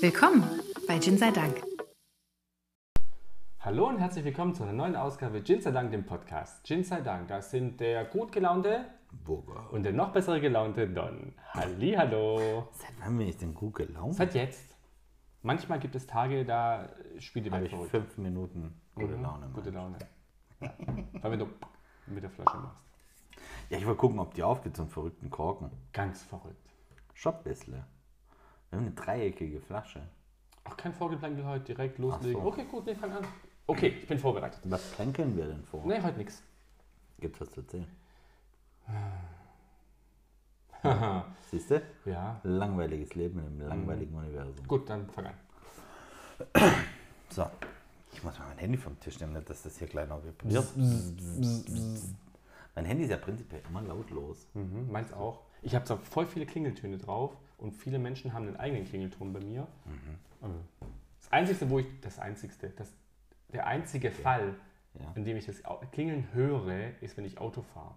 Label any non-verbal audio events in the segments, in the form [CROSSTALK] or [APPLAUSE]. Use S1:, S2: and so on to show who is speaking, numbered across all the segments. S1: Willkommen bei Gin sei Dank.
S2: Hallo und herzlich willkommen zu einer neuen Ausgabe Gin sei Dank, dem Podcast. Gin sei Dank, das sind der gut gelaunte
S3: Burger.
S2: und der noch bessere gelaunte Don. Hallihallo.
S3: Seit wann bin ich denn gut gelaunt?
S2: Seit jetzt. Manchmal gibt es Tage, da spiele
S3: Habe
S2: ich
S3: ich
S2: verrückt. Mhm.
S3: fünf Minuten gute Laune. Mann.
S2: Gute Laune. Ja. Weil wenn du mit der Flasche machst.
S3: Ja, ich will gucken, ob die aufgeht zum verrückten Korken.
S2: Ganz verrückt.
S3: Schoppbissle. Wir haben eine dreieckige Flasche.
S2: Auch kein Vorgeplänkel heute, direkt loslegen.
S3: Ach so.
S2: Okay, gut, nee, fang an. Okay, ich bin vorbereitet.
S3: Was kränkeln wir denn vor?
S2: Nee, heute nix. [LAUGHS]
S3: Gibt's was zu erzählen? Siehst du?
S2: Ja.
S3: Langweiliges Leben in einem langweiligen Universum.
S2: Gut, dann fang an.
S3: So. Ich muss mal mein Handy vom Tisch nehmen, nicht, dass das hier kleiner wird. Mein Handy ist ja prinzipiell immer lautlos.
S2: Mhm, meins auch. Ich habe zwar voll viele Klingeltöne drauf und viele Menschen haben einen eigenen Klingelton bei mir.
S3: Mhm.
S2: Also, Das Einzige, wo ich, das Einzige, das, der einzige Fall,
S3: Ja.
S2: in dem ich das Au- Klingeln höre, ist, wenn ich Auto fahre.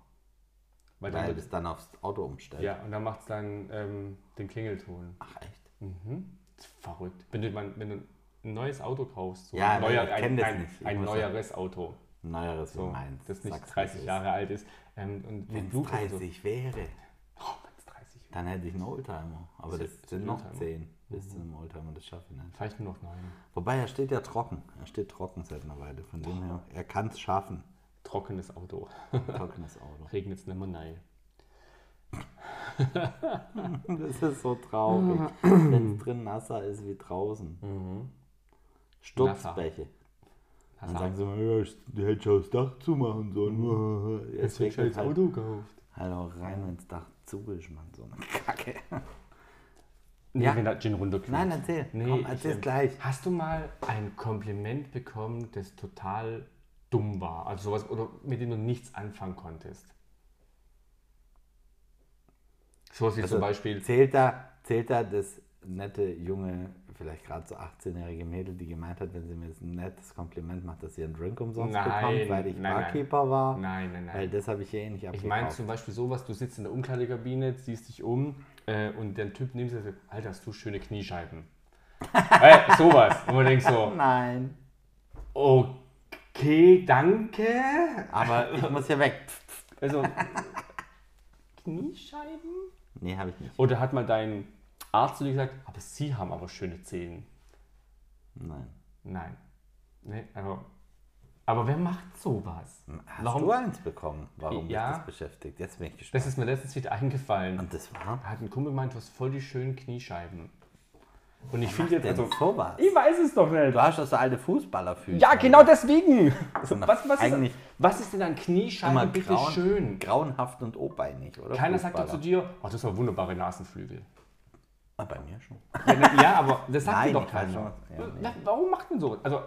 S2: Weil dann
S3: Weil
S2: wird,
S3: es dann aufs Auto umstellt.
S2: ja, und dann macht es dann ähm, den Klingelton.
S3: Ach, echt?
S2: Mhm. Das ist verrückt. Wenn du, mein- wenn du ein neues Auto kaufst, so
S3: Ja,
S2: ein, neuer,
S3: ich kenn
S2: ein,
S3: das
S2: ein,
S3: nicht. Ich
S2: ein
S3: muss ja-
S2: neueres Auto,
S3: Neueres
S2: so,
S3: wie meins.
S2: das nicht
S3: Sag's, wie
S2: 30
S3: es ist.
S2: Jahre alt ist. Ähm, und mit
S3: Wenn es
S2: Bluetooth und so.
S3: 30 wäre,
S2: Oh, wenn's 30
S3: dann hätte ich einen Oldtimer. Aber
S2: Ist
S3: das,
S2: ja- ist
S3: sind
S2: ein
S3: noch
S2: Oldtimer. Mhm.
S3: 10 bis zu einem Oldtimer, das schaffe ich nicht.
S2: Vielleicht nur noch neun.
S3: Wobei, er steht ja trocken. Er steht trocken seit einer Weile. Von dem her, er kann
S2: [LAUGHS]
S3: es schaffen.
S2: Trockenes Auto. [LAUGHS]
S3: Trockenes Auto. [LAUGHS]
S2: Regnet es nicht mehr nein.
S3: Das ist so traurig,
S2: Mhm.
S3: wenn es drin nasser ist wie draußen. Sturzbäche. Dann sagen sie mal, ja, ich hätte schon das Dach zumachen sollen.
S2: Mhm.
S3: [LAUGHS] Jetzt regnet halt.
S2: gekauft.
S3: halt auch rein, wenn das Dach zu ist, Mann. So eine Kacke.
S2: Nee,
S3: Ja.
S2: wenn der Gin runterkühlt.
S3: Nein, erzähl.
S2: Nee,
S3: Komm,
S2: ich,
S3: erzähl's
S2: ähm,
S3: gleich.
S2: Hast du mal ein Kompliment bekommen, das total dumm war? Also sowas, oder mit dem du nichts anfangen konntest? Sowas
S3: Also-
S2: wie zum Beispiel,
S3: Zählt da, zählt da das nette, junge, vielleicht gerade so 18-jährige Mädel, die gemeint hat, wenn sie mir jetzt ein nettes Kompliment macht, dass sie einen Drink umsonst
S2: Nein,
S3: bekommt, weil ich
S2: nein, nein.
S3: Barkeeper war?
S2: Nein, nein, nein.
S3: Weil das habe ich eh nicht
S2: ich
S3: abgekauft.
S2: meine zum Beispiel sowas, du sitzt in der Umkleidekabine, ziehst dich um äh, und der Typ nimmt dir, Alter, hast du schöne
S3: [LAUGHS]
S2: Kniescheiben. äh, sowas. Und man denkt so,
S3: Nein.
S2: Okay, danke. [LAUGHS]
S3: Aber ich muss ja weg. Pff, [LAUGHS]
S2: Also, Kniescheiben?
S3: Nee, habe ich nicht.
S2: Oder hat mal dein Arzt zu dir gesagt, aber Sie haben aber schöne Zähne?
S3: Nein.
S2: Nein. Nee, also, aber wer macht sowas?
S3: Hm, Hast
S2: Warum-
S3: du eins bekommen? Warum
S2: Ja.
S3: dich das beschäftigt? Jetzt bin ich gespannt.
S2: Das ist mir letztens wieder eingefallen.
S3: Und das war?
S2: Da hat ein Kumpel gemeint, du hast voll die schönen Kniescheiben. Und ich finde jetzt,
S3: Denn
S2: also,
S3: sowas.
S2: ich weiß es doch nicht.
S3: Du hast doch so alte Fußballerfüße.
S2: Ja, genau deswegen. Also,
S3: na,
S2: was, was, ist,
S3: eigentlich-
S2: was ist denn an
S3: Immer
S2: Kniescheiben bitte
S3: grauen,
S2: schön?
S3: grauenhaft und obeinig, oder?
S2: Keiner sagt doch zu
S3: Fußballer.
S2: dir, oh, das ist aber wunderbare Nasenflügel.
S3: Ah, Bei mir schon.
S2: Ja, aber das sagt
S3: Nein,
S2: dir doch
S3: ich weiß
S2: keiner.
S3: schon. Ja, nee.
S2: Na, Warum macht denn so? Also,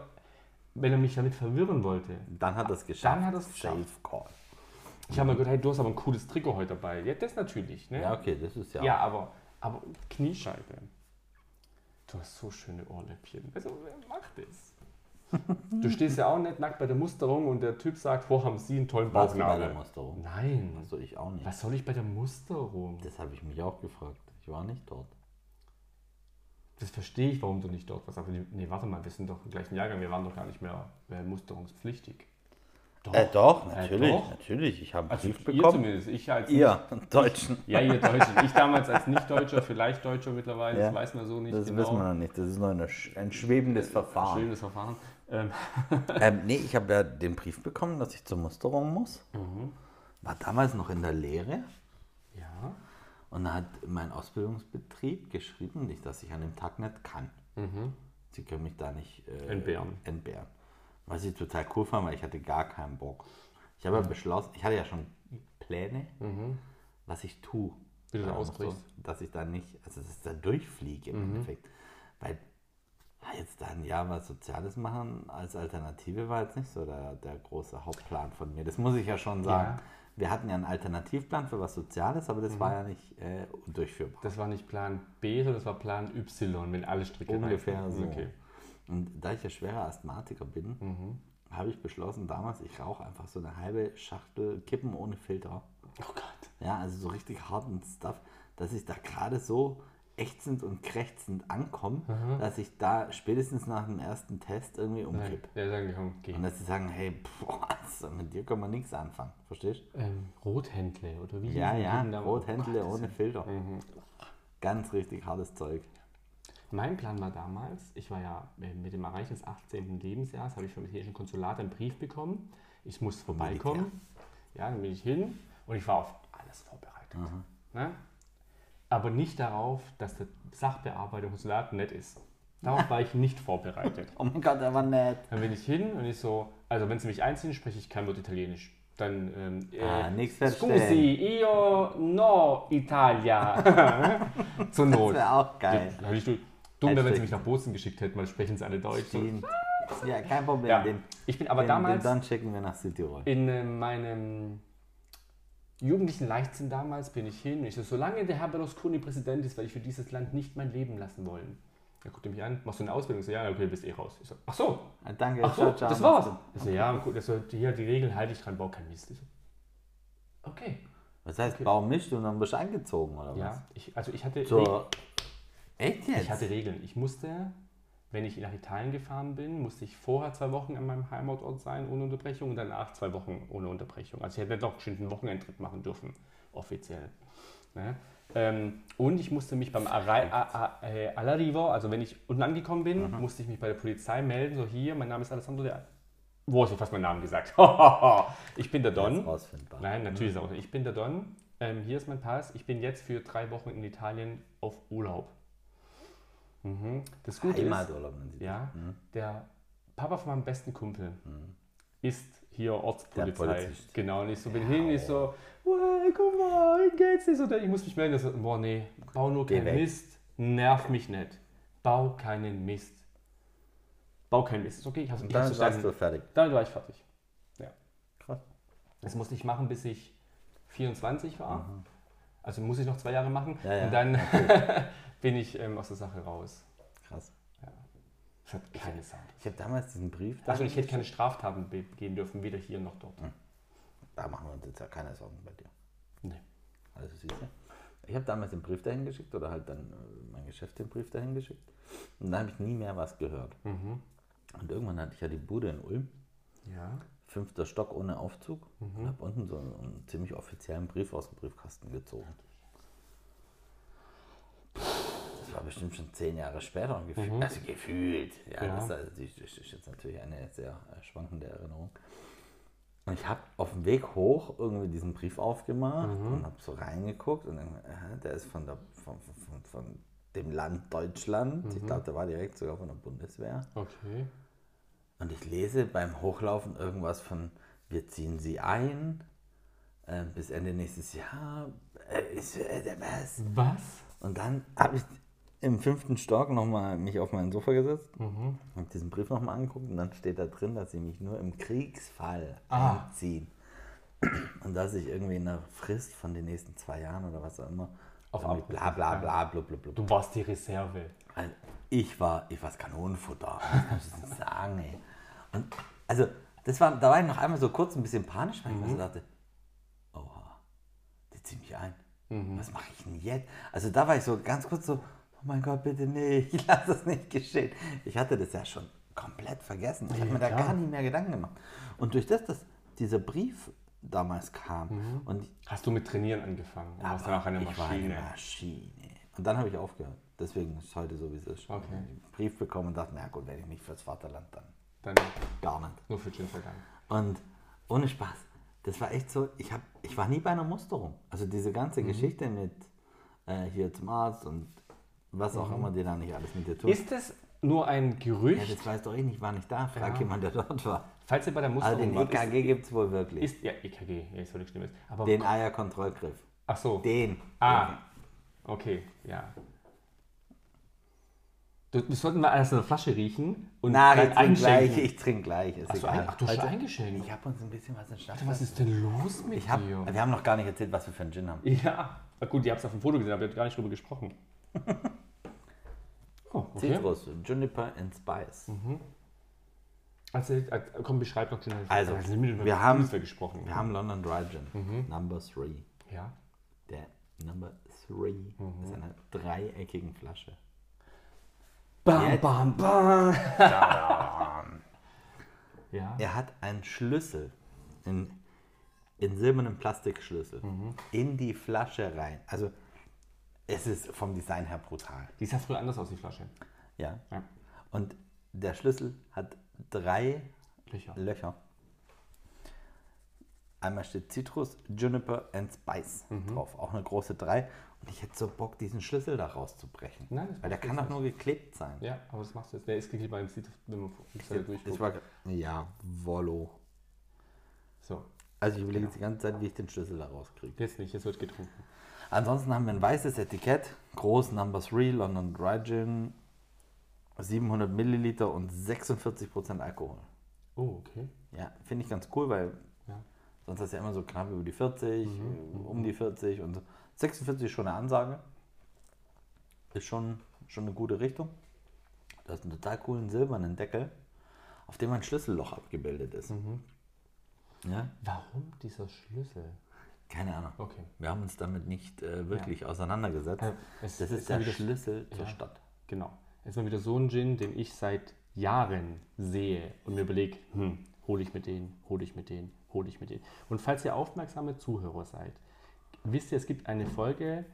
S2: wenn er mich damit verwirren wollte.
S3: Dann hat er es geschafft.
S2: Dann hat er's geschafft.
S3: Safe Call.
S2: Ich habe mal gehört, hey, du hast aber ein cooles Trikot heute dabei. Ja, das natürlich. Ne?
S3: Ja, okay, das ist ja.
S2: Ja, aber, aber Kniescheibe. Du hast so schöne Ohrläppchen. Also, wer macht das? Du stehst ja auch nicht nackt bei der Musterung und der Typ sagt, wo haben Sie einen tollen
S3: Warst du bei
S2: Bauchnabel?
S3: der Musterung?
S2: Nein.
S3: Also ich auch nicht.
S2: Was soll ich bei der Musterung?
S3: Das habe ich mich auch gefragt. Ich war nicht dort.
S2: Das verstehe ich, warum du nicht dort warst. Aber nee, warte mal, wir sind doch im gleichen Jahrgang. Wir waren doch gar nicht mehr äh, musterungspflichtig. Doch.
S3: Äh, doch,
S2: natürlich, doch.
S3: natürlich. Ich habe einen
S2: Also ihr zumindest, ich als
S3: Ihr, Deutschen.
S2: Ja, ihr Deutschen. Ich damals als Nicht-Deutscher, vielleicht Deutscher mittlerweile,
S3: Ja.
S2: das weiß man so nicht genau.
S3: Das wissen wir noch nicht. Das ist noch eine, sch- ein schwebendes Verfahren.
S2: Schönes Verfahren. Ähm,
S3: Ähm, nee, ich habe ja den Brief bekommen, dass ich zur Musterung muss. War damals noch in der Lehre.
S2: ja.
S3: Und da hat mein Ausbildungsbetrieb geschrieben, nicht, dass ich an dem Tag nicht kann. Sie können mich da nicht äh,
S2: Mhm. Entbehren.
S3: entbehren. Was ich total cool fand, weil ich hatte gar keinen Bock. Ich
S2: Mhm.
S3: habe ja beschlossen, ich hatte ja schon Pläne, was ich tue.
S2: Wie du da
S3: Ähm,
S2: ausbrichst.
S3: so, Dass ich da nicht, also dass ich da durchfliege
S2: Mhm.
S3: im Endeffekt. Weil ja, jetzt da ein Jahr was Soziales machen als Alternative war jetzt nicht so der, der große Hauptplan von mir. Das muss ich ja schon sagen.
S2: Ja.
S3: Wir hatten ja einen Alternativplan für was Soziales, aber das war ja nicht äh, durchführbar.
S2: Mhm. Das war nicht Plan B, sondern das war Plan Y, wenn alle Stricke
S3: Ungefähr
S2: reißen.
S3: so.
S2: Okay. Mhm.
S3: Und da ich ja schwerer Asthmatiker bin, habe ich beschlossen, damals, ich rauche einfach so eine halbe Schachtel Kippen ohne Filter.
S2: Oh Gott.
S3: Ja, also so richtig harten Stuff, dass ich da gerade so ächzend und krächzend ankommen, dass ich da spätestens nach dem ersten Test irgendwie
S2: Mhm. Nein,
S3: umkipp.
S2: der ist angekommen. Geh.
S3: Und dass sie sagen, hey, boah, also mit dir kann man nichts anfangen. Verstehst du?
S2: Ähm, Rothändle oder wie
S3: Ja,
S2: hießen die
S3: ja,
S2: Typen da?
S3: Rothändle
S2: Oh Gott,
S3: ohne Filter. Ganz richtig hartes Zeug.
S2: das- Mein Plan war damals, ich war ja äh, mit dem Erreichen des 18. Lebensjahres, habe ich vom italienischen Konsulat einen Brief bekommen. Ich muss vorbeikommen. Ja, dann bin ich hin und ich war auf alles vorbereitet. Ne? Aber nicht darauf, dass der Sachbearbeiter im Konsulat nett ist. Darauf war ich nicht vorbereitet.
S3: Oh mein Gott, er war nett.
S2: Dann bin ich hin und ich so, also wenn sie mich einziehen, spreche ich kein Wort Italienisch. Dann, ähm,
S3: Ah, nichts verstehen.
S2: Scusi, io no
S3: [LAUGHS]
S2: Italia. Zur Not.
S3: wär auch geil.
S2: Dann hab ich so- dumm, wäre, wenn sie
S3: Heftig.
S2: mich nach Bozen geschickt hätten, weil sprechen sie alle Deutsch. So.
S3: Stimmt. Ja, kein Problem.
S2: Ja.
S3: Den,
S2: Ich bin aber
S3: den,
S2: damals
S3: den dann schicken wir nach Südtirol.
S2: in äh, meinem jugendlichen Leichtsinn damals bin ich hin und ich so, solange der Herr Berlusconi Präsident ist, werde ich für dieses Land nicht mein Leben lassen wollen. Er guckt mich an, machst du eine Ausbildung? Ich so, ja, okay, du bist eh raus. Ich so, ach so,
S3: Ah, Danke,
S2: Ach so,
S3: ciao, ciao.
S2: das war's. Ich so, ja, gut, das, soll- hier die Regeln halte ich dran, bau kein Mist. Ich so, okay.
S3: Was heißt Baum mischt und dann bist du eingezogen oder was?
S2: Ja, ich, also ich hatte,
S3: Zur Echt jetzt?
S2: ich hatte Regeln. Ich musste, wenn ich nach Italien gefahren bin, musste ich vorher zwei Wochen an meinem Heimatort sein ohne Unterbrechung und danach zwei Wochen ohne Unterbrechung. Also ich hätte doch schon einen Wochenendtrip machen dürfen, offiziell. Ne? Ähm, und ich musste mich beim Arri- A- A- äh, All'arrivo, also wenn ich unten angekommen bin, musste ich mich bei der Polizei melden, so hier, mein Name ist Alessandro, der... Wo hast du fast meinen Namen gesagt? [LAUGHS] ich bin der Don.
S3: Jetzt rausfindbar.
S2: Nein, natürlich
S3: Mhm.
S2: ist es auch. Ich bin der Don. Ähm, hier ist mein Pass. Ich bin jetzt für drei Wochen in Italien auf Urlaub. Mhm. Das Gute ist,
S3: Heimaturlaub nennt sie das.
S2: ja, der Papa von meinem besten Kumpel ist hier
S3: Mhm. Der
S2: Ortspolizei.
S3: Polizist. oh.
S2: Genau, und ich so bin hin, ich so, "Wow, guck mal, wie geht's dir so? Ich muss mich melden. Ich so, boah, nee, bau nur
S3: Geh
S2: keinen
S3: weg.
S2: Mist. Nerv mich nicht. Bau keinen Mist. Bau keinen Mist. Ist okay, ich hab's, ich hab's
S3: Dann warst
S2: verstanden.
S3: du fertig.
S2: Damit war ich fertig. Ja.
S3: Krass.
S2: Das musste ich machen, bis ich 24 war. Also muss ich noch zwei Jahre machen.
S3: Mhm. Ja, ja.
S2: Und dann [LAUGHS] bin ich ähm, aus der Sache raus.
S3: Krass.
S2: Das hat keine Sau.
S3: Ich habe damals diesen Brief. Da,
S2: Also ich hätte keine Straftaten begehen dürfen, weder hier noch dort.
S3: Mhm. da machen wir uns jetzt ja keine Sorgen bei dir.
S2: Nee.
S3: Also siehst du. Ich habe damals den Brief dahin geschickt oder halt dann äh, mein Geschäft den Brief dahin geschickt. Und da habe ich nie mehr was gehört. Und irgendwann hatte ich ja die Bude in Ulm,
S2: Ja.
S3: fünfter Stock ohne Aufzug, und habe unten so einen, einen ziemlich offiziellen Brief aus dem Briefkasten gezogen. Das war bestimmt schon zehn Jahre später gefühlt. Also gefühlt. Ja,
S2: Ja.
S3: Das, ist, also, die- das ist jetzt natürlich eine sehr äh, schwankende Erinnerung. Und ich habe auf dem Weg hoch irgendwie diesen Brief aufgemacht und habe so reingeguckt und dann, aha, der ist von, der, von, von, von, von dem Land Deutschland. Ich glaube, der war direkt sogar von der Bundeswehr.
S2: Okay.
S3: Und ich lese beim Hochlaufen irgendwas von, wir ziehen sie ein äh, bis Ende nächstes Jahr. Äh, ist, äh, was?
S2: Was?
S3: Und dann habe ich im fünften Stock nochmal mich auf mein Sofa gesetzt,
S2: Mhm.
S3: habe diesen Brief nochmal angeguckt und dann steht da drin, dass sie mich nur im Kriegsfall
S2: Ah.
S3: einziehen. [CLEARS THROAT] Und dass ich irgendwie in einer Frist von den nächsten zwei Jahren oder was auch immer.
S2: Auf
S3: irgendwie
S2: Abruf.
S3: bla bla bla blub, blub, blub.
S2: Du warst die Reserve.
S3: Also ich war, ich war das Kanonenfutter. [LAUGHS] Was kannst du denn sagen, ey? Und also, das war, da war ich noch einmal so kurz ein bisschen panisch, weil ich mir so dachte, oha, die ziehen mich ein. Was mache ich denn jetzt? Also da war ich so ganz kurz so, oh mein Gott, bitte nicht, [LAUGHS] lass das nicht geschehen. Ich hatte das ja schon komplett vergessen. Ich habe mir da
S2: klar.
S3: gar nicht mehr Gedanken gemacht. Und durch das, dass dieser Brief damals kam und
S2: Hast du mit Trainieren angefangen? Du warst
S3: aber
S2: danach eine
S3: ich war eine
S2: Maschine.
S3: Maschine. Und dann habe ich aufgehört. Deswegen ist es heute so, wie es ist.
S2: Okay.
S3: Ich habe den Brief bekommen und dachte, na gut, wenn ich nicht fürs Vaterland, dann
S2: Dann
S3: gar nicht.
S2: nur für Gin vergangen.
S3: Und ohne Spaß. Das war echt so, ich, hab, ich war nie bei einer Musterung. Also diese ganze
S2: Mhm.
S3: Geschichte mit äh, hier zum Arzt und was auch immer dir da nicht alles mit dir tut.
S2: Mhm. Ist es nur ein
S3: ja,
S2: Gerücht,
S3: das weiß doch ich nicht, war nicht da. Frag jemand, der dort war.
S2: falls ihr bei der
S3: Also
S2: Musterung
S3: den
S2: wart,
S3: EKG gibt es wohl wirklich.
S2: ist, ist ja EKG, ja, ist völlig schlimm. Aber
S3: den Eierkontrollgriff.
S2: ach so,
S3: Den.
S2: Ah, okay, ja. Du, das sollten wir alles in der Flasche riechen und
S3: Na,
S2: dann
S3: ich trinke gleich,
S2: einschenken.
S3: ich trinke gleich. Ist
S2: Ach so, ein, ach, du hast schon eingeschenkt.
S3: Ich habe uns ein bisschen was in Schnaps.
S2: was ist denn los mit
S3: Ich hab,
S2: dir?
S3: wir haben noch gar nicht erzählt, was wir für einen Gin haben.
S2: Ja, also- Na gut, ihr habt es auf dem Foto gesehen, aber ihr habt gar nicht drüber gesprochen. [LAUGHS] Oh, okay.
S3: Citrus, Juniper and Spice.
S2: Also, äh, komm, beschreib doch den.
S3: Also,
S2: sind wir, über
S3: wir haben-
S2: Bundeswehr gesprochen.
S3: Mhm. Wir haben London Dry Gin, Number 3.
S2: Ja.
S3: Der Number Three aus einer dreieckigen Flasche.
S2: Bam,
S3: Jetzt.
S2: bam, bam. ja.
S3: Er hat einen Schlüssel, einen, einen silbernen Plastikschlüssel, in die Flasche rein. Also es ist vom Design her brutal.
S2: Die sah früher anders aus, die Flasche.
S3: Ja.
S2: Ja.
S3: Und der Schlüssel hat drei
S2: Löcher.
S3: Löcher. Einmal steht Citrus, Juniper and Spice
S2: Mhm.
S3: drauf. Auch eine große 3. Und ich hätte so Bock, diesen Schlüssel da rauszubrechen.
S2: Nein, das
S3: Weil der
S2: macht
S3: kann doch nur geklebt sein.
S2: Ja, aber das machst du jetzt. Der ist geklebt beim Citrus, wenn man vor- wenn man
S3: Ich
S2: durchguckt.
S3: war, ja, Wollo.
S2: So,
S3: Also ich überlege jetzt die ganze Zeit, wie ich den Schlüssel da rauskriege.
S2: jetzt nicht, jetzt wird getrunken.
S3: Ansonsten haben wir ein weißes Etikett. Groß, Number 3, London Dry Gin. 700 Milliliter und 46% Alkohol.
S2: Oh, okay.
S3: Ja, finde ich ganz cool, weil
S2: Ja. Mhm,
S3: sonst ist ja immer so knapp über die 40, äh, um die 40 und so. 46 ist schon eine Ansage. Ist schon, schon eine gute Richtung. Du hast einen total coolen silbernen Deckel, auf dem ein Schlüsselloch abgebildet ist.
S2: Mhm.
S3: Ja,
S2: Warum dieser Schlüssel?
S3: keine Ahnung.
S2: Okay.
S3: Wir haben uns damit nicht äh, wirklich auseinandergesetzt.
S2: Ja, es
S3: das ist,
S2: ist
S3: der
S2: wieder-
S3: Schlüssel zur
S2: ja.
S3: Stadt.
S2: Genau. Jetzt mal wieder so ein Gin, den ich seit Jahren sehe und mir überlege, hm, hole ich mit denen, hole ich mit denen, hole ich mit denen. Und falls ihr aufmerksame Zuhörer seid, wisst ihr, es gibt eine Folge,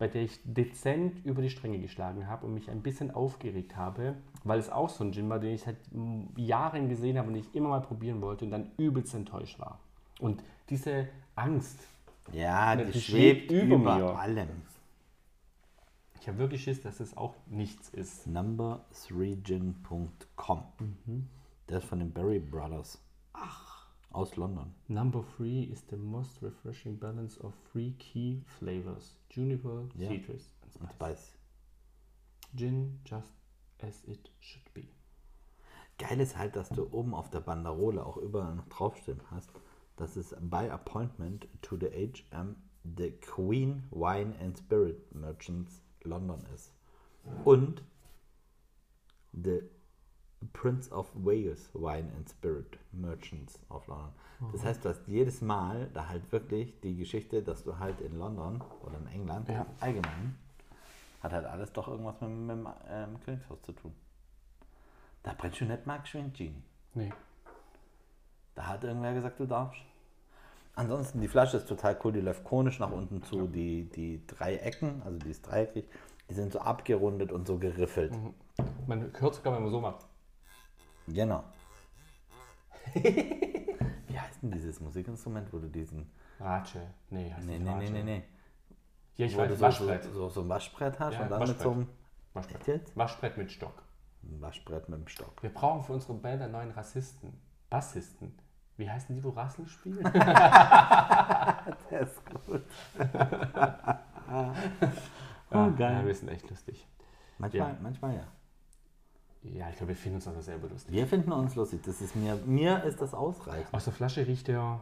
S2: bei der ich dezent über die Stränge geschlagen habe und mich ein bisschen aufgeregt habe, weil es auch so ein Gin war, den ich seit mm, Jahren gesehen habe und ich immer mal probieren wollte und dann übelst enttäuscht war. Und diese Angst,
S3: Ja,
S2: Ja,
S3: die
S2: die
S3: schwebt
S2: schwebt über
S3: über,
S2: mir.
S3: allem.
S2: ich habe wirklich Schiss, dass es auch nichts ist.
S3: Number3gin.com. Der ist von den Berry Brothers. Ach. Aus London.
S2: Number three is the most refreshing balance of three key flavors: juniper,
S3: Ja.
S2: citrus, and spice.
S3: Und Spice.
S2: Gin, just as it should be.
S3: Geil ist halt, dass du oben auf der Banderole auch überall noch draufstehen hast, dass es by appointment to the HM the Queen Wine and Spirit Merchants London ist. Und the Prince of Wales Wine and Spirit Merchants of London. Das heißt, du hast jedes Mal da halt wirklich die Geschichte, dass du halt in London oder in England
S2: Ja.
S3: allgemein hat halt alles doch irgendwas mit, mit dem ähm, Königshaus zu tun. Da brennt schon nicht Mark Schwindchen.
S2: Nee.
S3: Da hat irgendwer gesagt, du darfst. Ansonsten, die Flasche ist total cool, die läuft konisch nach unten zu. Die, die drei Ecken, also die ist dreieckig, die sind so abgerundet und so geriffelt.
S2: Mhm. Man hört sogar, wenn man so macht. [LAUGHS]
S3: Genau. Wie heißt denn dieses Musikinstrument, wo du diesen.
S2: Ratsche. Nee, heißt
S3: Nee,
S2: nicht
S3: nee, nee,
S2: Ratsche.
S3: nee, nee.
S2: Ja, ich
S3: Wo du
S2: weiß,
S3: so,
S2: Waschbrett.
S3: so, so ein Waschbrett hast
S2: Ja,
S3: und dann
S2: Waschbrett.
S3: mit
S2: Waschbrett.
S3: Jetzt?
S2: Waschbrett mit Stock.
S3: so einem Waschbrett mit dem Stock.
S2: Wir brauchen für unsere Band einen neuen Rassisten. Bassisten. Wie heißen die, wo Rassel
S3: [LAUGHS]
S2: spielen? [LAUGHS]
S3: Der ist gut.
S2: Ja,
S3: Oh, geil.
S2: ja, wir sind echt lustig.
S3: Manchmal,
S2: Ja.
S3: manchmal ja.
S2: Ja, ich glaube, wir finden uns aber selber lustig.
S3: Wir finden uns lustig. Das ist mir, mir ist das ausreichend.
S2: Aus der Flasche riecht der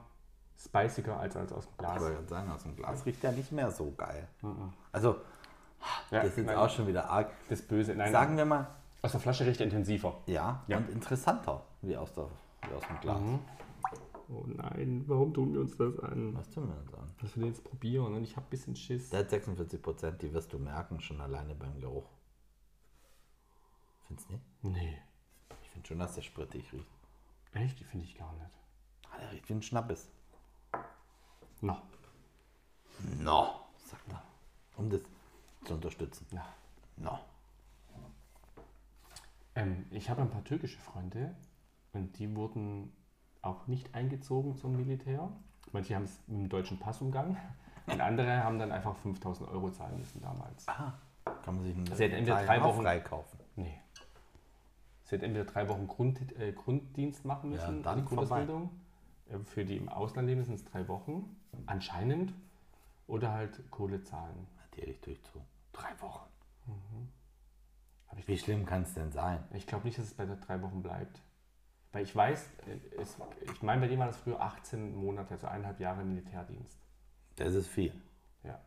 S2: spiciger als, als aus dem Glas.
S3: Ich wollte gerade sagen, aus dem Glas riecht ja nicht mehr so geil. Also,
S2: Mhm. Ja,
S3: das ist jetzt
S2: nein,
S3: auch schon wieder arg.
S2: das Böse. Nein,
S3: Sagen wir mal,
S2: aus der Flasche riecht er intensiver.
S3: ja,
S2: Ja.
S3: und interessanter wie aus, der, wie aus dem Glas.
S2: Oh nein, warum tun wir uns das an?
S3: Was tun wir uns an?
S2: Dass wir den jetzt probieren und ich habe ein bisschen Schiss.
S3: Der hat 46 Prozent, die wirst du merken, schon alleine beim Geruch. Findest nicht?
S2: Nee,
S3: Ich finde schon, dass der sprittig riecht.
S2: echt? Die finde ich gar nicht.
S3: Ah, der riecht wie ein Schnappes.
S2: No.
S3: No, sagt er. Um das zu unterstützen.
S2: Ja.
S3: No.
S2: Ähm, ich habe ein paar türkische Freunde und die wurden auch nicht eingezogen zum Militär. Manche haben es mit dem deutschen Pass umgangen [LAUGHS] und andere haben dann einfach 5000 Euro zahlen müssen damals.
S3: Ah, kann man sich einen
S2: Sie hätten Also entweder
S3: Teil
S2: drei
S3: auch
S2: Wochen-
S3: freikaufen.
S2: Nee. Sie hätte entweder drei Wochen Grund, äh, Grunddienst machen müssen,
S3: dann
S2: die
S3: vorbei.
S2: Grundausbildung. Äh, Für die im Ausland leben sind es drei Wochen, anscheinend. Oder halt Kohle zahlen.
S3: Hat die richtig durchzogen. Drei Wochen.
S2: Mhm. Hab ich
S3: Wie schlimm kann es denn sein?
S2: ich glaube nicht, dass es bei der drei Wochen bleibt. Weil ich weiß, äh, es, ich meine, bei dem war das früher 18 Monate, also eineinhalb Jahre Militärdienst.
S3: Das ist viel.
S2: Ja.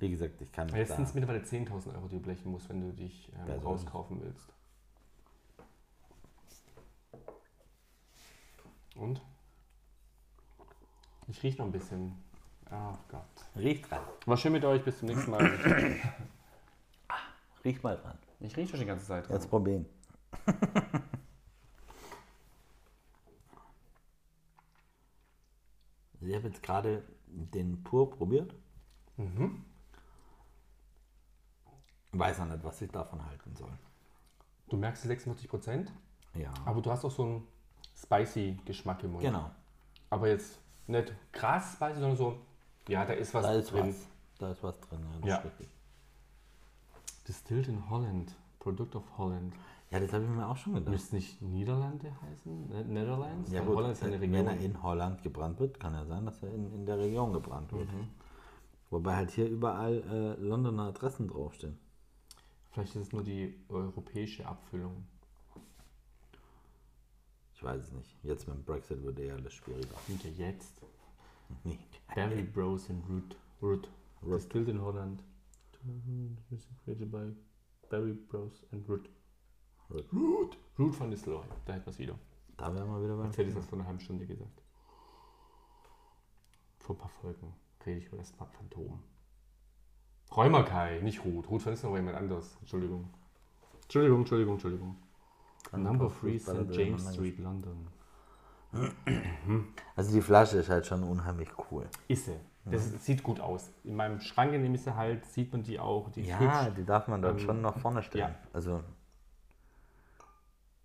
S3: Wie gesagt, ich kann nicht
S2: Jetzt sind es
S3: sagen.
S2: mittlerweile 10.000 Euro, die du blechen musst, wenn du dich ähm,
S3: Wer soll
S2: rauskaufen willst. Und? Ich rieche noch ein bisschen. Oh Gott.
S3: Riecht dran.
S2: War schön mit euch, bis zum nächsten Mal.
S3: Riech mal dran.
S2: Ich rieche schon die ganze Zeit.
S3: Jetzt probieren. Also [LAUGHS] ich habe jetzt gerade den pur probiert.
S2: Mhm.
S3: Weiß noch nicht, was ich davon halten soll.
S2: Du merkst die 46 Prozent,
S3: Ja.
S2: aber du hast auch so einen spicy Geschmack im Mund.
S3: Genau.
S2: Aber jetzt nicht krass spicy, sondern so, ja, da ist was
S3: Da ist
S2: drin.
S3: was. Da ist was drin. Ja, das,
S2: Ja.
S3: Ist richtig.
S2: Distilled in Holland. Product of Holland.
S3: ja, das habe ich mir auch schon gedacht.
S2: Müsste nicht Niederlande heißen? Ne- Netherlands?
S3: Ja,
S2: Weil
S3: gut, Äh,
S2: Holland ist ja eine
S3: wenn er
S2: Region.
S3: in Holland gebrannt wird, kann ja sein, dass er in, in der Region gebrannt wird.
S2: Mhm.
S3: Wobei halt hier überall äh, Londoner Adressen draufstehen.
S2: Vielleicht ist es nur die europäische Abfüllung.
S3: Ich weiß es nicht. Jetzt mit dem Brexit wird eh alles schwieriger. [LAUGHS]
S2: Und ja jetzt.
S3: Nee.
S2: Berry Bros and Root. Root.
S3: Root.
S2: Distilled in Holland. Created by Berry Bros and Root.
S3: Root.
S2: Root. Root von Isloy. Da hätten wir es wieder.
S3: Da wären wir wieder beim
S2: Jetzt hätte ich das vor einer halben Stunde gesagt. Vor ein paar Folgen rede ich über das Phantom. Räumerkai, nicht Ruth. Ruth ist noch jemand anderes. Entschuldigung. Entschuldigung, Entschuldigung, Entschuldigung. Number 3 St. James Street, London.
S3: Also die Flasche ist halt schon unheimlich cool.
S2: Ist sie. Das sieht gut aus. In meinem Schrank, in dem ist sie halt, sieht man die auch. Die ist
S3: Ja,
S2: hübsch.
S3: die darf man dann schon nach vorne stellen.
S2: ja.
S3: Also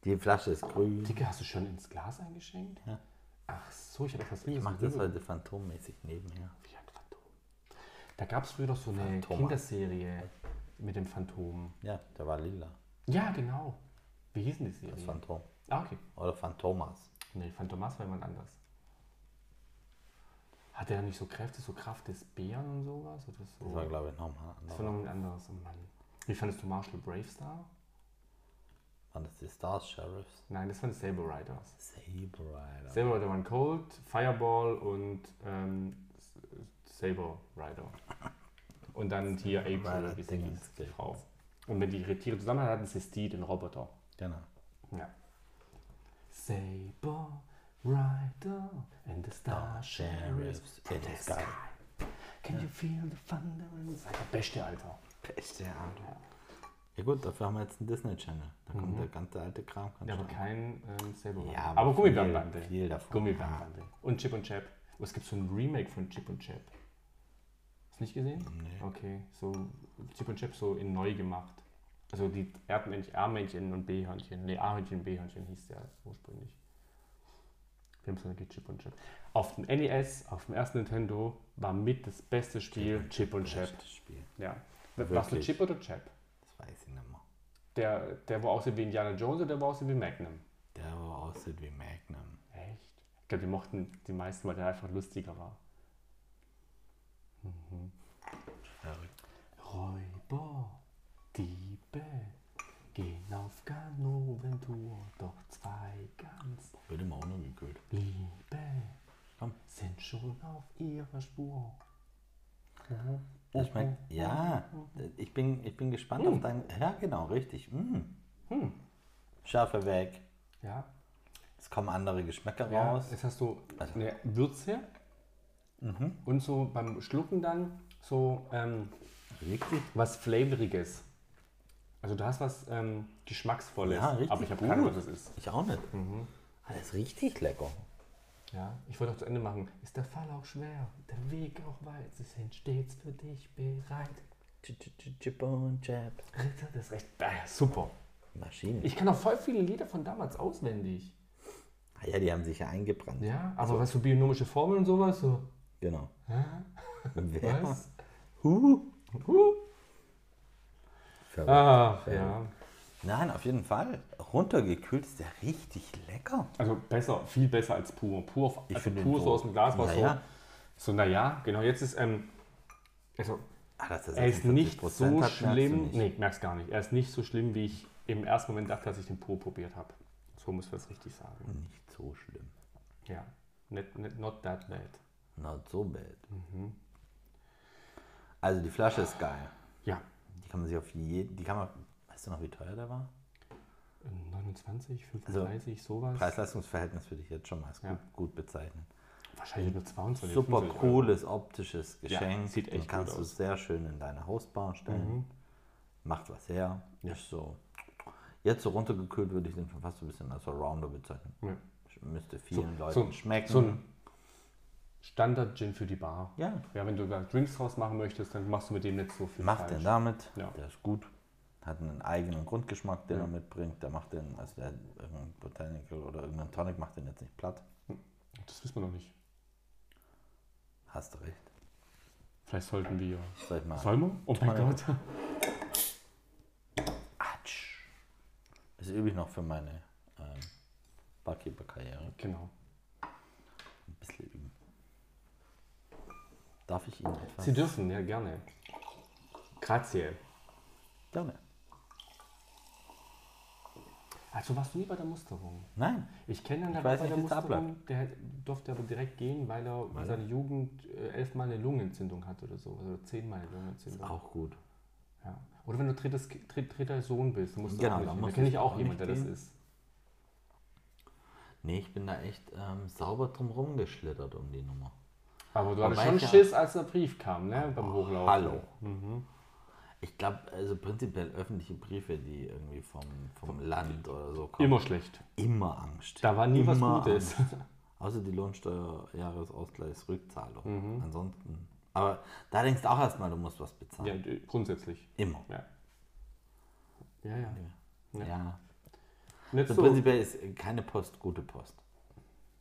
S3: die Flasche ist grün.
S2: Dicke, hast du schon ins Glas eingeschenkt?
S3: Ja.
S2: Ach so, ich habe etwas Liebes
S3: Ich mache das halt? heute phantommäßig nebenher.
S2: Wie ein Phantom. Da gab es früher doch so eine
S3: Phantoma.
S2: Kinderserie mit dem Phantom.
S3: Ja, der war lila.
S2: Ja, genau. Wie hießen die Serie?
S3: Das Phantom.
S2: ah, okay.
S3: Oder Phantomas.
S2: Nee, Phantomas war jemand anders. Hat er nicht so Kräfte, so Kraft des Bären und sowas? Oder so?
S3: Das war, glaube ich, nochmal.
S2: Das war noch ein anderes. Oh Mann. Wie fandest du Marshall Bravestar?
S3: Waren das die Stars Sheriffs?
S2: Nein, das waren Saber Riders.
S3: Saber Rider.
S2: Saber Rider waren Cold, Fireball und ähm, S- Saber Rider. Und dann hier April,
S3: Rider
S2: wie sie hieß,
S3: Dingens.
S2: die Frau. Und wenn die ihre Tiere zusammen hatten, hatten sie Steve, den Roboter.
S3: Genau.
S2: Ja. Saber Rider and the Star Sheriffs Oh, in the sky. Can you feel the thunder in the sky? Beste, Alter.
S3: Beste Ahnung. Ja gut, dafür haben wir jetzt einen Disney Channel. Da kommt der ganze alte Kram. ganz
S2: Mhm. Ja, aber
S3: schön.
S2: kein ähm, Saber Rider.
S3: Ja, aber
S2: aber Gummibandbande.
S3: viel- viel davon,
S2: Gummibandbande. Und Chip und Chap. Oh, es gibt so ein Remake von Chip und Chap. Hast du nicht gesehen?
S3: Nee.
S2: Okay, so Chip und Chap so in neu gemacht. Also die Erdmännchen, A-Männchen und B-Hörnchen. Ne, A-Hörnchen, B-Hörnchen hieß der ursprünglich. Wir haben so eine Chip und Chap. Auf dem NES, auf dem ersten Nintendo, war mit das beste Spiel Chip und Chap.
S3: Bestes Spiel.
S2: Ja. Warst du
S3: Wirklich?
S2: Chip oder Chap?
S3: Das weiß ich nicht mehr.
S2: Der, der, wo aussieht wie Indiana Jones oder der, wo aussieht wie Magnum?
S3: Der aber aussieht wie Magnum.
S2: Echt? Ich glaube, die mochten die meisten, weil der einfach lustiger war.
S3: Verrückt.
S2: Räuber, Diebe, gehen auf Kanoventour, doch zwei ganz
S3: Wird immer unangekühlt.
S2: Mhm. Liebe
S3: Komm.
S2: sind schon auf ihrer Spur.
S3: Das schmeckt. Ja,
S2: Mhm.
S3: ich bin, ich bin gespannt auf deinen. Ja, genau, richtig. Mm.
S2: Mhm.
S3: Schärfe weg.
S2: Ja,
S3: Es kommen andere Geschmäcker
S2: ja
S3: raus.
S2: jetzt hast du eine Würze und so beim Schlucken dann so ähm,
S3: Richtig.
S2: was Flavoriges. Also du hast was ähm, Geschmacksvolles,
S3: Ja, richtig
S2: aber ich habe keine Ahnung,
S3: gut.
S2: was es ist. Mhm.
S3: Ich auch nicht. Alles richtig lecker.
S2: Ja, ich wollte auch zu Ende machen. Ist der Fall auch schwer, der Weg auch weit, sie sind stets für dich bereit.
S3: Chip und Chap.
S2: Ritter des Rechts. Ah, super.
S3: Maschinen.
S2: Ich kann auch voll viele Lieder von damals auswendig.
S3: Ah ja, die haben sich ja eingebrannt.
S2: Ja, aber was so bionomische Formeln und sowas, so.
S3: Genau. Wer?
S2: Was?
S3: Huh.
S2: Huh.
S3: Verrückt.
S2: Ah, ja.
S3: Nein, auf jeden Fall. Runtergekühlt ist der richtig lecker.
S2: Also besser, viel besser als pur. Pur, auf-
S3: Ich
S2: also
S3: finde
S2: pur
S3: den
S2: so aus dem Glas war
S3: Naja.
S2: so. So, naja, genau, jetzt ist, ähm, also
S3: Ah, dass
S2: Er ist nicht
S3: 46%
S2: so
S3: hat, merkst du
S2: schlimm.
S3: nicht.
S2: Nee, merkst gar nicht. Er ist nicht so schlimm, wie ich im ersten Moment dachte, als ich den Pur probiert habe. So muss man es richtig sagen.
S3: Nicht so schlimm.
S2: Ja. Not, not, not that bad.
S3: Not so bad. Also die Flasche ist geil.
S2: Ja.
S3: Die kann man sich auf jeden... Die kann man... Weißt du noch, wie teuer der war?
S2: 29, 35, sowas. Also,
S3: Preis-Leistungs-Verhältnis würde ich jetzt schon mal als
S2: Ja.
S3: gut, gut bezeichnen.
S2: Wahrscheinlich nur 22.
S3: Super
S2: 25 Euro.
S3: cooles optisches Geschenk.
S2: sieht echt
S3: Den kannst
S2: gut
S3: du
S2: aus. Mhm.
S3: sehr schön in deine Hausbar stellen. Macht was her. Ist so. Jetzt so runtergekühlt würde ich den schon fast so ein bisschen als Allrounder bezeichnen.
S2: Ja.
S3: Müsste vielen Leuten
S2: so ein-
S3: schmecken.
S2: So ein Standard-Gin für die Bar.
S3: Ja.
S2: Ja, wenn du da Drinks draus machen möchtest, dann machst du mit dem nicht so viel
S3: macht
S2: falsch.
S3: den damit.
S2: Ja.
S3: Der ist gut. Hat einen eigenen Grundgeschmack, den er mitbringt. Der macht den, also der irgendein Botanical oder irgendein Tonic macht den jetzt nicht platt.
S2: Das wissen wir noch nicht.
S3: Hast du recht.
S2: Vielleicht sollten wir.
S3: Soll ich mal.
S2: Sollen wir? Oh mein
S3: Toll.
S2: Gott. [LAUGHS]
S3: Atsch. Das übe ich noch für meine ähm, Barkeeper-Karriere.
S2: Genau.
S3: Ein bisschen üben. Darf ich Ihnen etwas?
S2: Sie dürfen, ja, gerne. Grazie.
S3: Gerne.
S2: Also warst du nie bei der Musterung?
S3: Nein.
S2: Ich kenne einen, der
S3: Ich
S2: war
S3: weiß
S2: bei der
S3: nicht, wie's da
S2: Musterung, der hat- durfte aber direkt gehen, weil er in seiner Jugend äh, elfmal eine Lungenentzündung hatte oder so. Oder zehnmal eine Lungenentzündung.
S3: Auch gut.
S2: Ja. Oder wenn du drittes, Ki- dritt, dritter Sohn bist, musst du
S3: Genau,
S2: auch nicht
S3: dann
S2: hin. Da
S3: musst
S2: kenne
S3: du
S2: ich auch
S3: auch
S2: jemanden, der
S3: nicht
S2: das
S3: gehen.
S2: ist.
S3: Nee, ich bin da echt ähm, sauber drum rumgeschlittert um die Nummer.
S2: Aber du
S3: Wobei
S2: hattest schon
S3: ich ja-
S2: Schiss, als der Brief kam, ne? Beim Hochlaufen. Mhm.
S3: Hallo. Ich glaube, also prinzipiell öffentliche Briefe, die irgendwie vom, vom Land oder so kommen,
S2: Immer schlecht.
S3: immer Angst.
S2: Da war nie was
S3: Immer
S2: Gutes.
S3: Angst. Außer die Lohnsteuerjahresausgleichsrückzahlung.
S2: Mhm.
S3: Ansonsten. Aber da denkst du auch erstmal, du musst was bezahlen.
S2: Ja, d- grundsätzlich.
S3: Immer.
S2: Ja. Ja, ja.
S3: Ja.
S2: Nicht so.
S3: Also prinzipiell ist keine Post gute Post.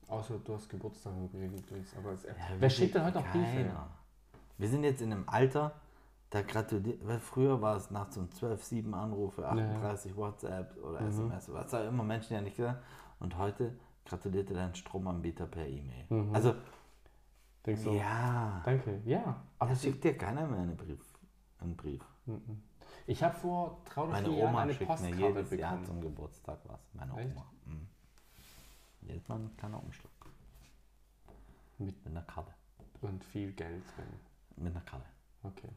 S2: Außer du hast Geburtstag und du kriegst. Aber es, wer
S3: wir-
S2: schickt denn heute noch Briefe?
S3: Keiner. Wir sind jetzt in einem Alter, da gratuliert, weil früher war es nachts um 12, 7 Anrufe, 38 WhatsApp oder
S2: Mhm.
S3: SMS, was auch immer, Menschen ja nicht gesagt. Und heute gratulierte dein Stromanbieter per E-Mail.
S2: Mhm.
S3: Also,
S2: Denkst du?
S3: ja,
S2: Danke. Ja. Aber
S3: da schickt dir keiner mehr einen Brief. Einen Brief.
S2: ich habe vor drei oder
S3: Meine
S2: vier Jahren
S3: Oma
S2: eine
S3: schickt mir
S2: Postkarte
S3: jedes
S2: bekommen.
S3: Jahr zum Geburtstag was. Meine
S2: Echt?
S3: Oma. Mhm. Jedes Mal ein kleiner Umschlag.
S2: Mit-
S3: Mit einer Karte.
S2: Und viel Geld drin.
S3: Mit einer Karte.
S2: Okay.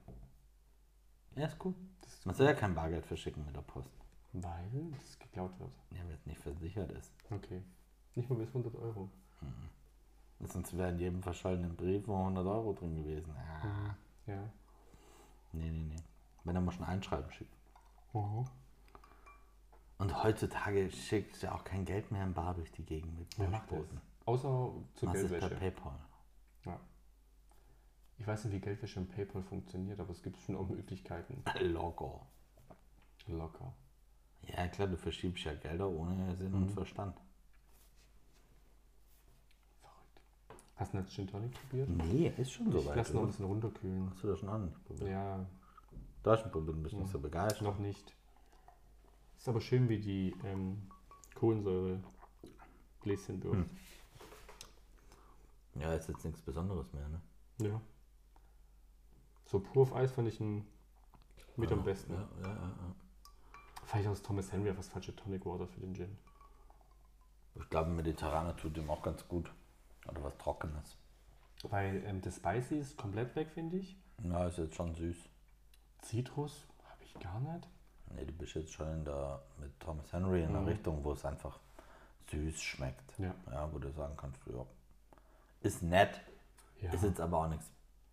S3: Ja, ist cool.
S2: Das ist
S3: Man soll ja kein Bargeld verschicken mit der Post.
S2: Weil das geklaut wird.
S3: Ja, wenn es nicht versichert ist.
S2: Okay. Nicht mal bis 100 Euro.
S3: Sonst wäre in jedem verschollenen Brief nur 100 Euro drin gewesen. Ah,
S2: Ja.
S3: nee, nee, nee. Wenn er mal schon einschreiben schickt.
S2: Mhm.
S3: Und heutzutage schickt ja auch kein Geld mehr im Bar durch die Gegend mit
S2: Wer macht das?
S3: Postboten.
S2: Außer zur
S3: Machst es per
S2: Geldwäsche.
S3: PayPal.
S2: Ja. Ich weiß nicht, wie Geldwäsche und PayPal funktioniert, aber es gibt schon auch Möglichkeiten.
S3: Äh, Logo.
S2: Locker.
S3: Ja, klar, du verschiebst ja Gelder ohne Sinn
S2: Mhm.
S3: und Verstand.
S2: Verrückt. Hast du jetzt Gin Tonic probiert?
S3: Nee, ist schon
S2: Ich
S3: soweit.
S2: lasse noch ein
S3: oder?
S2: bisschen runterkühlen.
S3: Hast du das schon an? nicht probiert?
S2: Ja,
S3: Du hast schon probiert und bist nicht so begeistert.
S2: noch nicht. Ist aber schön, wie die ähm, Kohlensäure Gläschen wird.
S3: Ja, ist jetzt nichts Besonderes mehr, ne?
S2: Ja. So pur auf Eis fand ich ein mit am besten.
S3: Ja, ja, ja, ja.
S2: Vielleicht aus Thomas Henry was falsche Tonic Water für den Gin.
S3: Ich glaube, Mediterraner tut ihm auch ganz gut. Oder was Trockenes.
S2: Weil ähm, das Spicy ist komplett weg, finde ich.
S3: Ja, ist jetzt schon süß.
S2: Zitrus habe ich gar nicht.
S3: Nee, du bist jetzt schon in der, mit Thomas Henry in der Richtung, wo es einfach süß schmeckt.
S2: Mhm. Ja.
S3: wo du sagen kannst, ja, ist nett,
S2: Ja. Mhm.
S3: ist jetzt aber auch nichts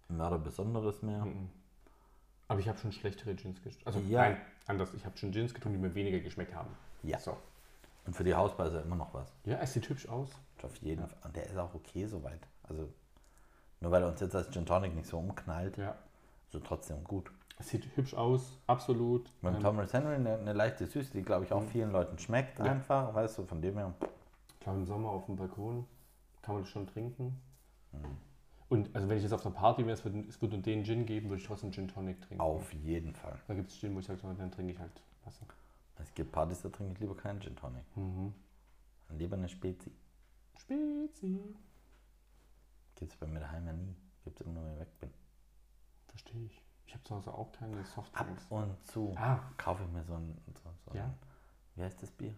S3: Mörder Besonderes mehr.
S2: Aber ich habe schon schlechtere Gins getrunken. Also
S3: Ja.
S2: nein, anders. Ich habe schon Gins getrunken, die mir weniger geschmeckt haben.
S3: Ja.
S2: So.
S3: Und für die Hausbar ist ja immer noch was.
S2: Ja, es sieht hübsch aus.
S3: Ist Auf jeden Fall. Und der ist auch okay soweit. Also, nur weil er uns jetzt als Gin Tonic nicht so umknallt,
S2: Ja.
S3: so trotzdem gut.
S2: Es sieht hübsch aus, absolut.
S3: Mit dem
S2: Ähm,
S3: Thomas Henry eine, eine leichte Süße, die glaube ich
S2: Mhm.
S3: auch vielen Leuten schmeckt einfach, weißt du, von dem her.
S2: Ich glaube, im Sommer auf dem Balkon kann man das schon trinken.
S3: Mhm.
S2: Und also wenn ich jetzt auf einer Party wäre, es würde es würd den Gin geben, würde ich trotzdem Gin Tonic trinken.
S3: Auf jeden Fall.
S2: Da gibt es Gin, wo ich sage, dann trinke ich halt Wasser.
S3: Es gibt Partys, da trinke ich lieber keinen Gin Tonic.
S2: Mhm.
S3: Lieber eine Spezi.
S2: Spezi.
S3: Gibt es bei mir daheim ja nie. Gibt es immer nur, wenn ich weg bin.
S2: Verstehe ich. Ich habe zu Hause auch keine
S3: Ab
S2: Softdrinks.
S3: und zu
S2: Ah.
S3: kaufe ich mir so ein, so, so
S2: Ja.
S3: ein. Wie heißt das Bier?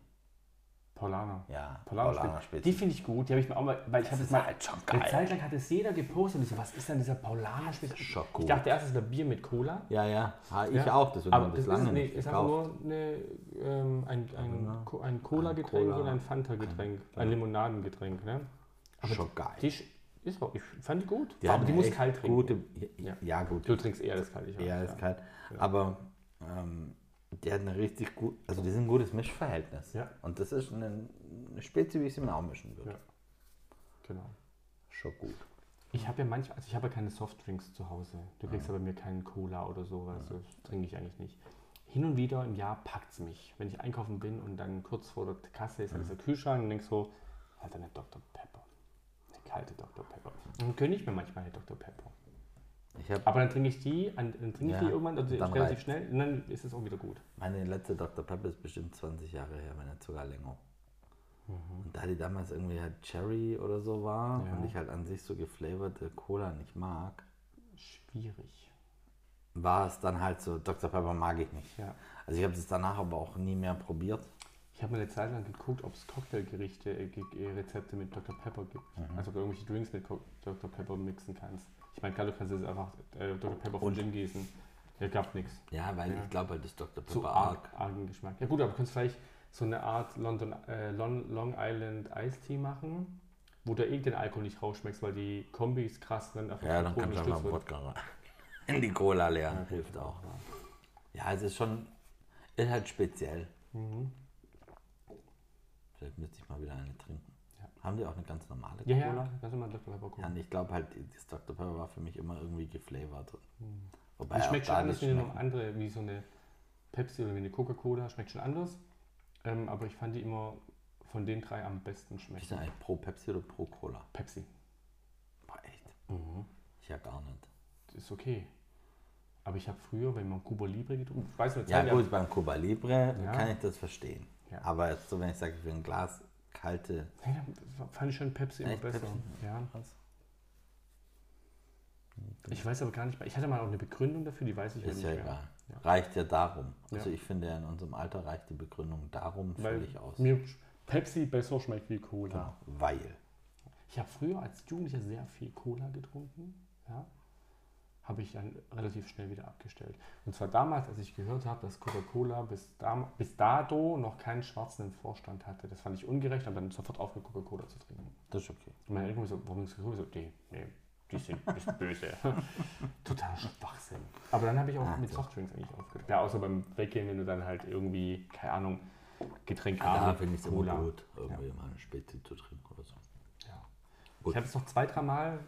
S2: Paulaner.
S3: Ja,
S2: Paulaner,
S3: Paulaner
S2: Spezi.
S3: Spezi.
S2: Die finde ich gut, die habe ich mir auch mal, weil ich habe es mal
S3: halt schon
S2: eine
S3: geil.
S2: Zeit lang hat es jeder gepostet und ich so, was ist denn dieser Paulaner Spezi?
S3: schon
S2: Ich
S3: gut.
S2: dachte erst, es wäre Bier mit Cola.
S3: Ja, ja. Ha, ich
S2: Ja,
S3: auch. Deswegen
S2: aber
S3: habe ich
S2: das
S3: das lange
S2: ist, nee,
S3: nicht
S2: ist einfach
S3: gekauft. Genau.
S2: nur eine, ähm, ein, ein, Co- ein Cola-Getränk
S3: Cola,
S2: und ein Fanta-Getränk, ein Limonadengetränk. Ne?
S3: Schon geil.
S2: Die, sch- Ist auch, ich fand die gut.
S3: Die
S2: aber
S3: hatten
S2: die muss
S3: echt
S2: kalt trinken.
S3: Gute, ja, ja, gut.
S2: Du trinkst eher das kalt. Ich auch,
S3: Ja, ist kalt. Aber ähm, die hat eine richtig gut, also die sind ein gutes Mischverhältnis.
S2: Ja.
S3: Und das ist eine, eine Spezie, wie ich sie mir auch mischen würde.
S2: Ja. Genau.
S3: Schon gut.
S2: Ich habe ja manchmal, also ich habe ja keine Softdrinks zu Hause. Du kriegst ja bei mir keinen Cola oder sowas. Das trinke ich eigentlich nicht. Hin und wieder im Jahr packt es mich. Wenn ich einkaufen bin und dann kurz vor der Kasse ist, dann ist der Kühlschrank und denkst so, Alter, eine Dr. Pepper. Eine kalte Dr. Pepper. Dann gönne ich mir manchmal eine Dr. Pepper.
S3: Ich habe
S2: Aber dann trinke ich die, an- dann trinke ich
S3: Ja,
S2: die irgendwann, also
S3: dann
S2: relativ
S3: reicht's.
S2: schnell, und dann ist es auch wieder gut.
S3: meine letzte Dr. Pepper ist bestimmt 20 Jahre her, wenn nicht sogar länger. Und da die damals irgendwie halt Cherry oder so war
S2: Mhm. Ja.
S3: und ich halt an sich so geflavorte Cola nicht mag,
S2: Schwierig.
S3: war es dann halt so, Dr. Pepper mag ich nicht.
S2: Ja.
S3: Also ich habe es danach aber auch nie mehr probiert.
S2: Ich habe mal eine Zeit lang geguckt, ob es Cocktailgerichte, äh, Ge- äh, Rezepte mit Dr. Pepper gibt.
S3: Mhm.
S2: Also ob du irgendwelche Drinks mit Co- Dr. Pepper mixen kannst. Ich meine, klar, du kannst jetzt einfach äh, Dr. Pepper von Gin gießen. Ja, gab nichts.
S3: Ja, weil ich glaube halt, das Dr. Pepper
S2: Zu
S3: arg.
S2: arg, argen Geschmack. Ja gut, aber du kannst vielleicht so eine Art London, äh, Lon, Long Island Eistee machen, wo du eh den Alkohol nicht rausschmeckst, weil die Kombis krass dann einfach
S3: Ja,
S2: von
S3: dann
S2: Kohlen
S3: kommt einfach
S2: gestützt
S3: ein
S2: wird.
S3: Wodka rein. [LAUGHS] In die Cola leer. Hilft auch. Ja, es ist schon. Ist halt speziell.
S2: Mhm.
S3: Vielleicht müsste ich mal wieder eine trinken. Haben die auch eine ganz normale
S2: Ja,
S3: Cola?
S2: ja, kannst du mal Dr. Pepper gucken.
S3: Ja, und ich glaube halt, das Dr. Pepper war für mich immer irgendwie geflavored. Wobei
S2: Die
S3: auch
S2: Hm. schmeckt
S3: da
S2: schon anders
S3: die
S2: wie eine
S3: schmecken.
S2: andere, wie so eine Pepsi oder wie eine Coca-Cola, schmeckt schon anders. Ähm, aber ich fand die immer von den drei am besten
S3: Bist
S2: schmeckt.
S3: du eigentlich pro Pepsi oder pro Cola?
S2: Pepsi.
S3: Boah, echt? Ich ja gar nicht.
S2: Das ist okay. Aber ich habe früher, wenn man Cuba Libre oh, getrunken ich weiß nicht,
S3: Ja,
S2: Zeit,
S3: gut, beim Cuba Libre
S2: Ja.
S3: kann ich das verstehen.
S2: Ja.
S3: Aber jetzt so, wenn ich sage, für ein Glas kalte.
S2: nee, da fand ich schon Pepsi immer
S3: Echt,
S2: besser.
S3: Pepsi?
S2: Ja. Ich weiß aber gar nicht, mehr- ich hatte mal auch eine Begründung dafür, die weiß ich aber
S3: Ist ja
S2: nicht mehr.
S3: egal. Reicht ja darum. Also
S2: Ja.
S3: ich finde, ja in unserem Alter reicht die Begründung darum
S2: Weil
S3: völlig aus. Genau.
S2: mir Pepsi besser schmeckt wie Cola.
S3: Weil.
S2: Ich habe früher als Jugendlicher sehr viel Cola getrunken. Ja. Habe ich dann relativ schnell wieder abgestellt. Und zwar damals, als ich gehört habe, dass Coca-Cola bis, dam- bis dato noch keinen Schwarzen im Vorstand hatte. Das fand ich ungerecht, habe dann sofort aufgehört, Coca-Cola zu trinken.
S3: Das ist okay.
S2: Und meine Eltern so, warum ist Coca-Cola? Ich So, nee, nee, die sind ein bisschen böse. [LAUGHS] Total Schwachsinn. Aber dann habe ich auch
S3: Ah,
S2: mit Softdrinks eigentlich aufgehört. Ja, außer beim Weggehen, wenn du dann halt irgendwie, keine Ahnung, Getränk
S3: Da
S2: haben,
S3: Ah, finde ich es immer gut, irgendwie mal eine Spezi zu trinken oder so.
S2: Ja.
S3: Gut. Oh.
S2: Ich habe es noch zwei, drei Mal.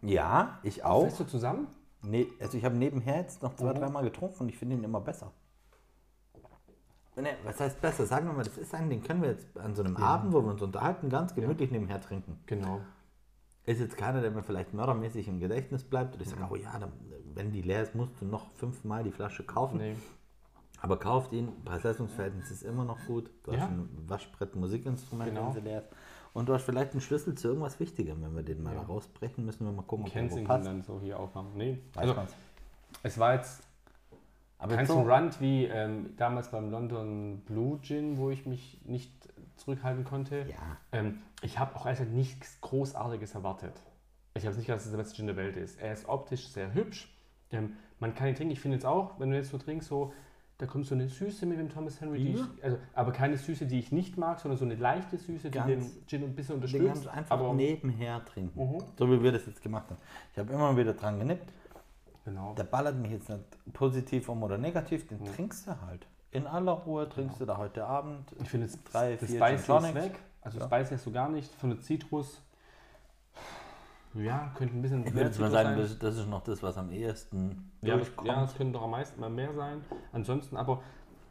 S3: Ja, ich auch.
S2: Fällst du zusammen?
S3: Nee, also ich habe nebenher jetzt noch
S2: Mhm.
S3: zwei, dreimal getrunken und ich finde ihn immer besser. Nee, was heißt besser? Sagen wir mal, das ist einen, den können wir jetzt an so einem Abend, wo wir uns unterhalten, ganz gemütlich nebenher trinken.
S2: Genau.
S3: Ist jetzt keiner, der mir vielleicht mördermäßig im Gedächtnis bleibt und ich
S2: Mhm.
S3: sage, oh ja, dann, wenn die leer ist, musst du noch fünfmal die Flasche kaufen.
S2: Nee.
S3: Aber kauft ihn, Preis-Leistungs-Verhältnis ist immer noch gut. Du
S2: Ja.
S3: hast ein Waschbrett, Musikinstrument,
S2: Genau.
S3: wenn sie leer ist. Und du hast vielleicht einen Schlüssel zu irgendwas Wichtigem. Wenn wir den mal rausbrechen, müssen wir mal gucken, ob der wo
S2: Kensington
S3: passt.
S2: dann so hier aufmachen. Nee.
S3: Weiß
S2: Also,
S3: man's.
S2: es war jetzt
S3: Aber
S2: kein
S3: jetzt
S2: so
S3: so,
S2: Rand wie ähm, damals beim London Blue Gin, wo ich mich nicht zurückhalten konnte.
S3: Ja.
S2: Ähm, ich habe auch also nichts Großartiges erwartet. Ich habe nicht gedacht, dass es der beste Gin der Welt ist. Er ist optisch sehr hübsch. Ähm, man kann ihn trinken. Ich finde jetzt auch, wenn du jetzt so trinkst, so, da kommt so eine Süße mit dem Thomas Henry. Die
S3: Ja.
S2: ich, also, aber keine Süße, die ich nicht mag, sondern so eine leichte Süße, die
S3: Ganz-
S2: den Gin ein bisschen
S3: den kannst
S2: unterstützt.
S3: du einfach
S2: aber
S3: nebenher trinken. So wie wir das jetzt gemacht haben. Ich habe immer wieder dran genippt.
S2: genau.
S3: Der ballert mich jetzt nicht positiv um oder negativ, den trinkst du halt. In aller Ruhe trinkst du da heute Abend.
S2: Ich finde, jetzt
S3: Drei,
S2: das
S3: vier
S2: Spicy
S3: Gin
S2: ist
S3: Tonics.
S2: weg. Also das Spicy hast du gar nicht. Von der Zitrus, ja, könnte ein bisschen
S3: Ich
S2: mehr
S3: würde jetzt mal
S2: Zitrus
S3: sagen, das, das ist noch das, was am ehesten
S2: Ja, das-
S3: durchkommt.
S2: ja, es können doch am meisten mal mehr sein. Ansonsten aber,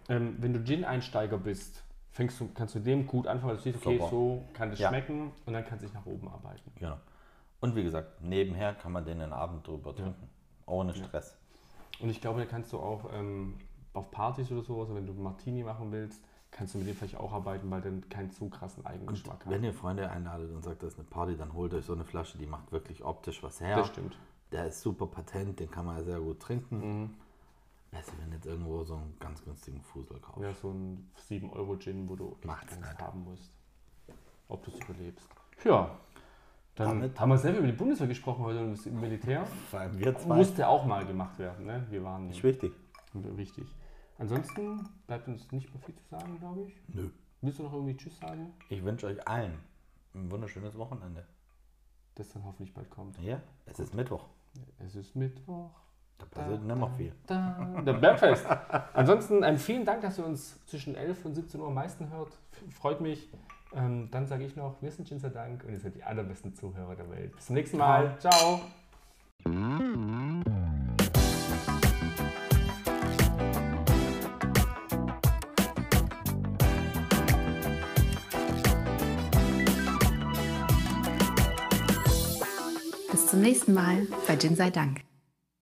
S2: ähm, wenn du Gin-Einsteiger bist, fängst du, kannst du dem gut anfangen, weil du siehst, okay,
S3: Super.
S2: so kann das
S3: Ja.
S2: schmecken und dann kannst du dich nach oben arbeiten.
S3: Genau. Und wie gesagt, nebenher kann man den den Abend drüber trinken. Ohne Stress.
S2: Und ich glaube, da kannst du auch ähm, auf Partys oder sowas, wenn du Martini machen willst, kannst du mit dem vielleicht auch arbeiten, weil dann keinen zu krassen Eigengeschmack hat.
S3: Wenn ihr Freunde einladet und sagt, das ist eine Party, dann holt euch so eine Flasche, die macht wirklich optisch was her.
S2: Das stimmt.
S3: Der ist super patent, den kann man sehr gut trinken. Besser, wenn jetzt irgendwo so einen ganz günstigen Fusel kauft.
S2: Ja, so ein 7-Euro-Gin, wo du echt
S3: Macht's
S2: Angst
S3: nicht.
S2: haben musst, ob du es überlebst. Ja, dann
S3: Damit-
S2: haben wir selber über die Bundeswehr gesprochen heute und das Militär.
S3: Vor allem wir zwei.
S2: Musste auch mal gemacht werden, ne? Wir waren
S3: Ist wichtig.
S2: Wichtig. Ansonsten bleibt uns nicht mehr viel zu sagen, glaube ich.
S3: Nö.
S2: Willst du noch irgendwie Tschüss sagen?
S3: Ich wünsche euch allen ein wunderschönes Wochenende.
S2: das dann hoffentlich bald kommt.
S3: Ja, es ist Mittwoch.
S2: Es ist Mittwoch.
S3: Da passiert nicht mehr viel.
S2: Da, der Bergfest. Ansonsten ähm, vielen Dank, dass ihr uns zwischen 11 und 17 Uhr am meisten hört. F- Freut mich. Ähm, dann sage ich noch, wir sind Jinsa Dank und ihr seid die allerbesten Zuhörer der Welt. Bis zum nächsten Mal. Ciao.
S1: Bis zum nächsten Mal bei Gin sei Dank.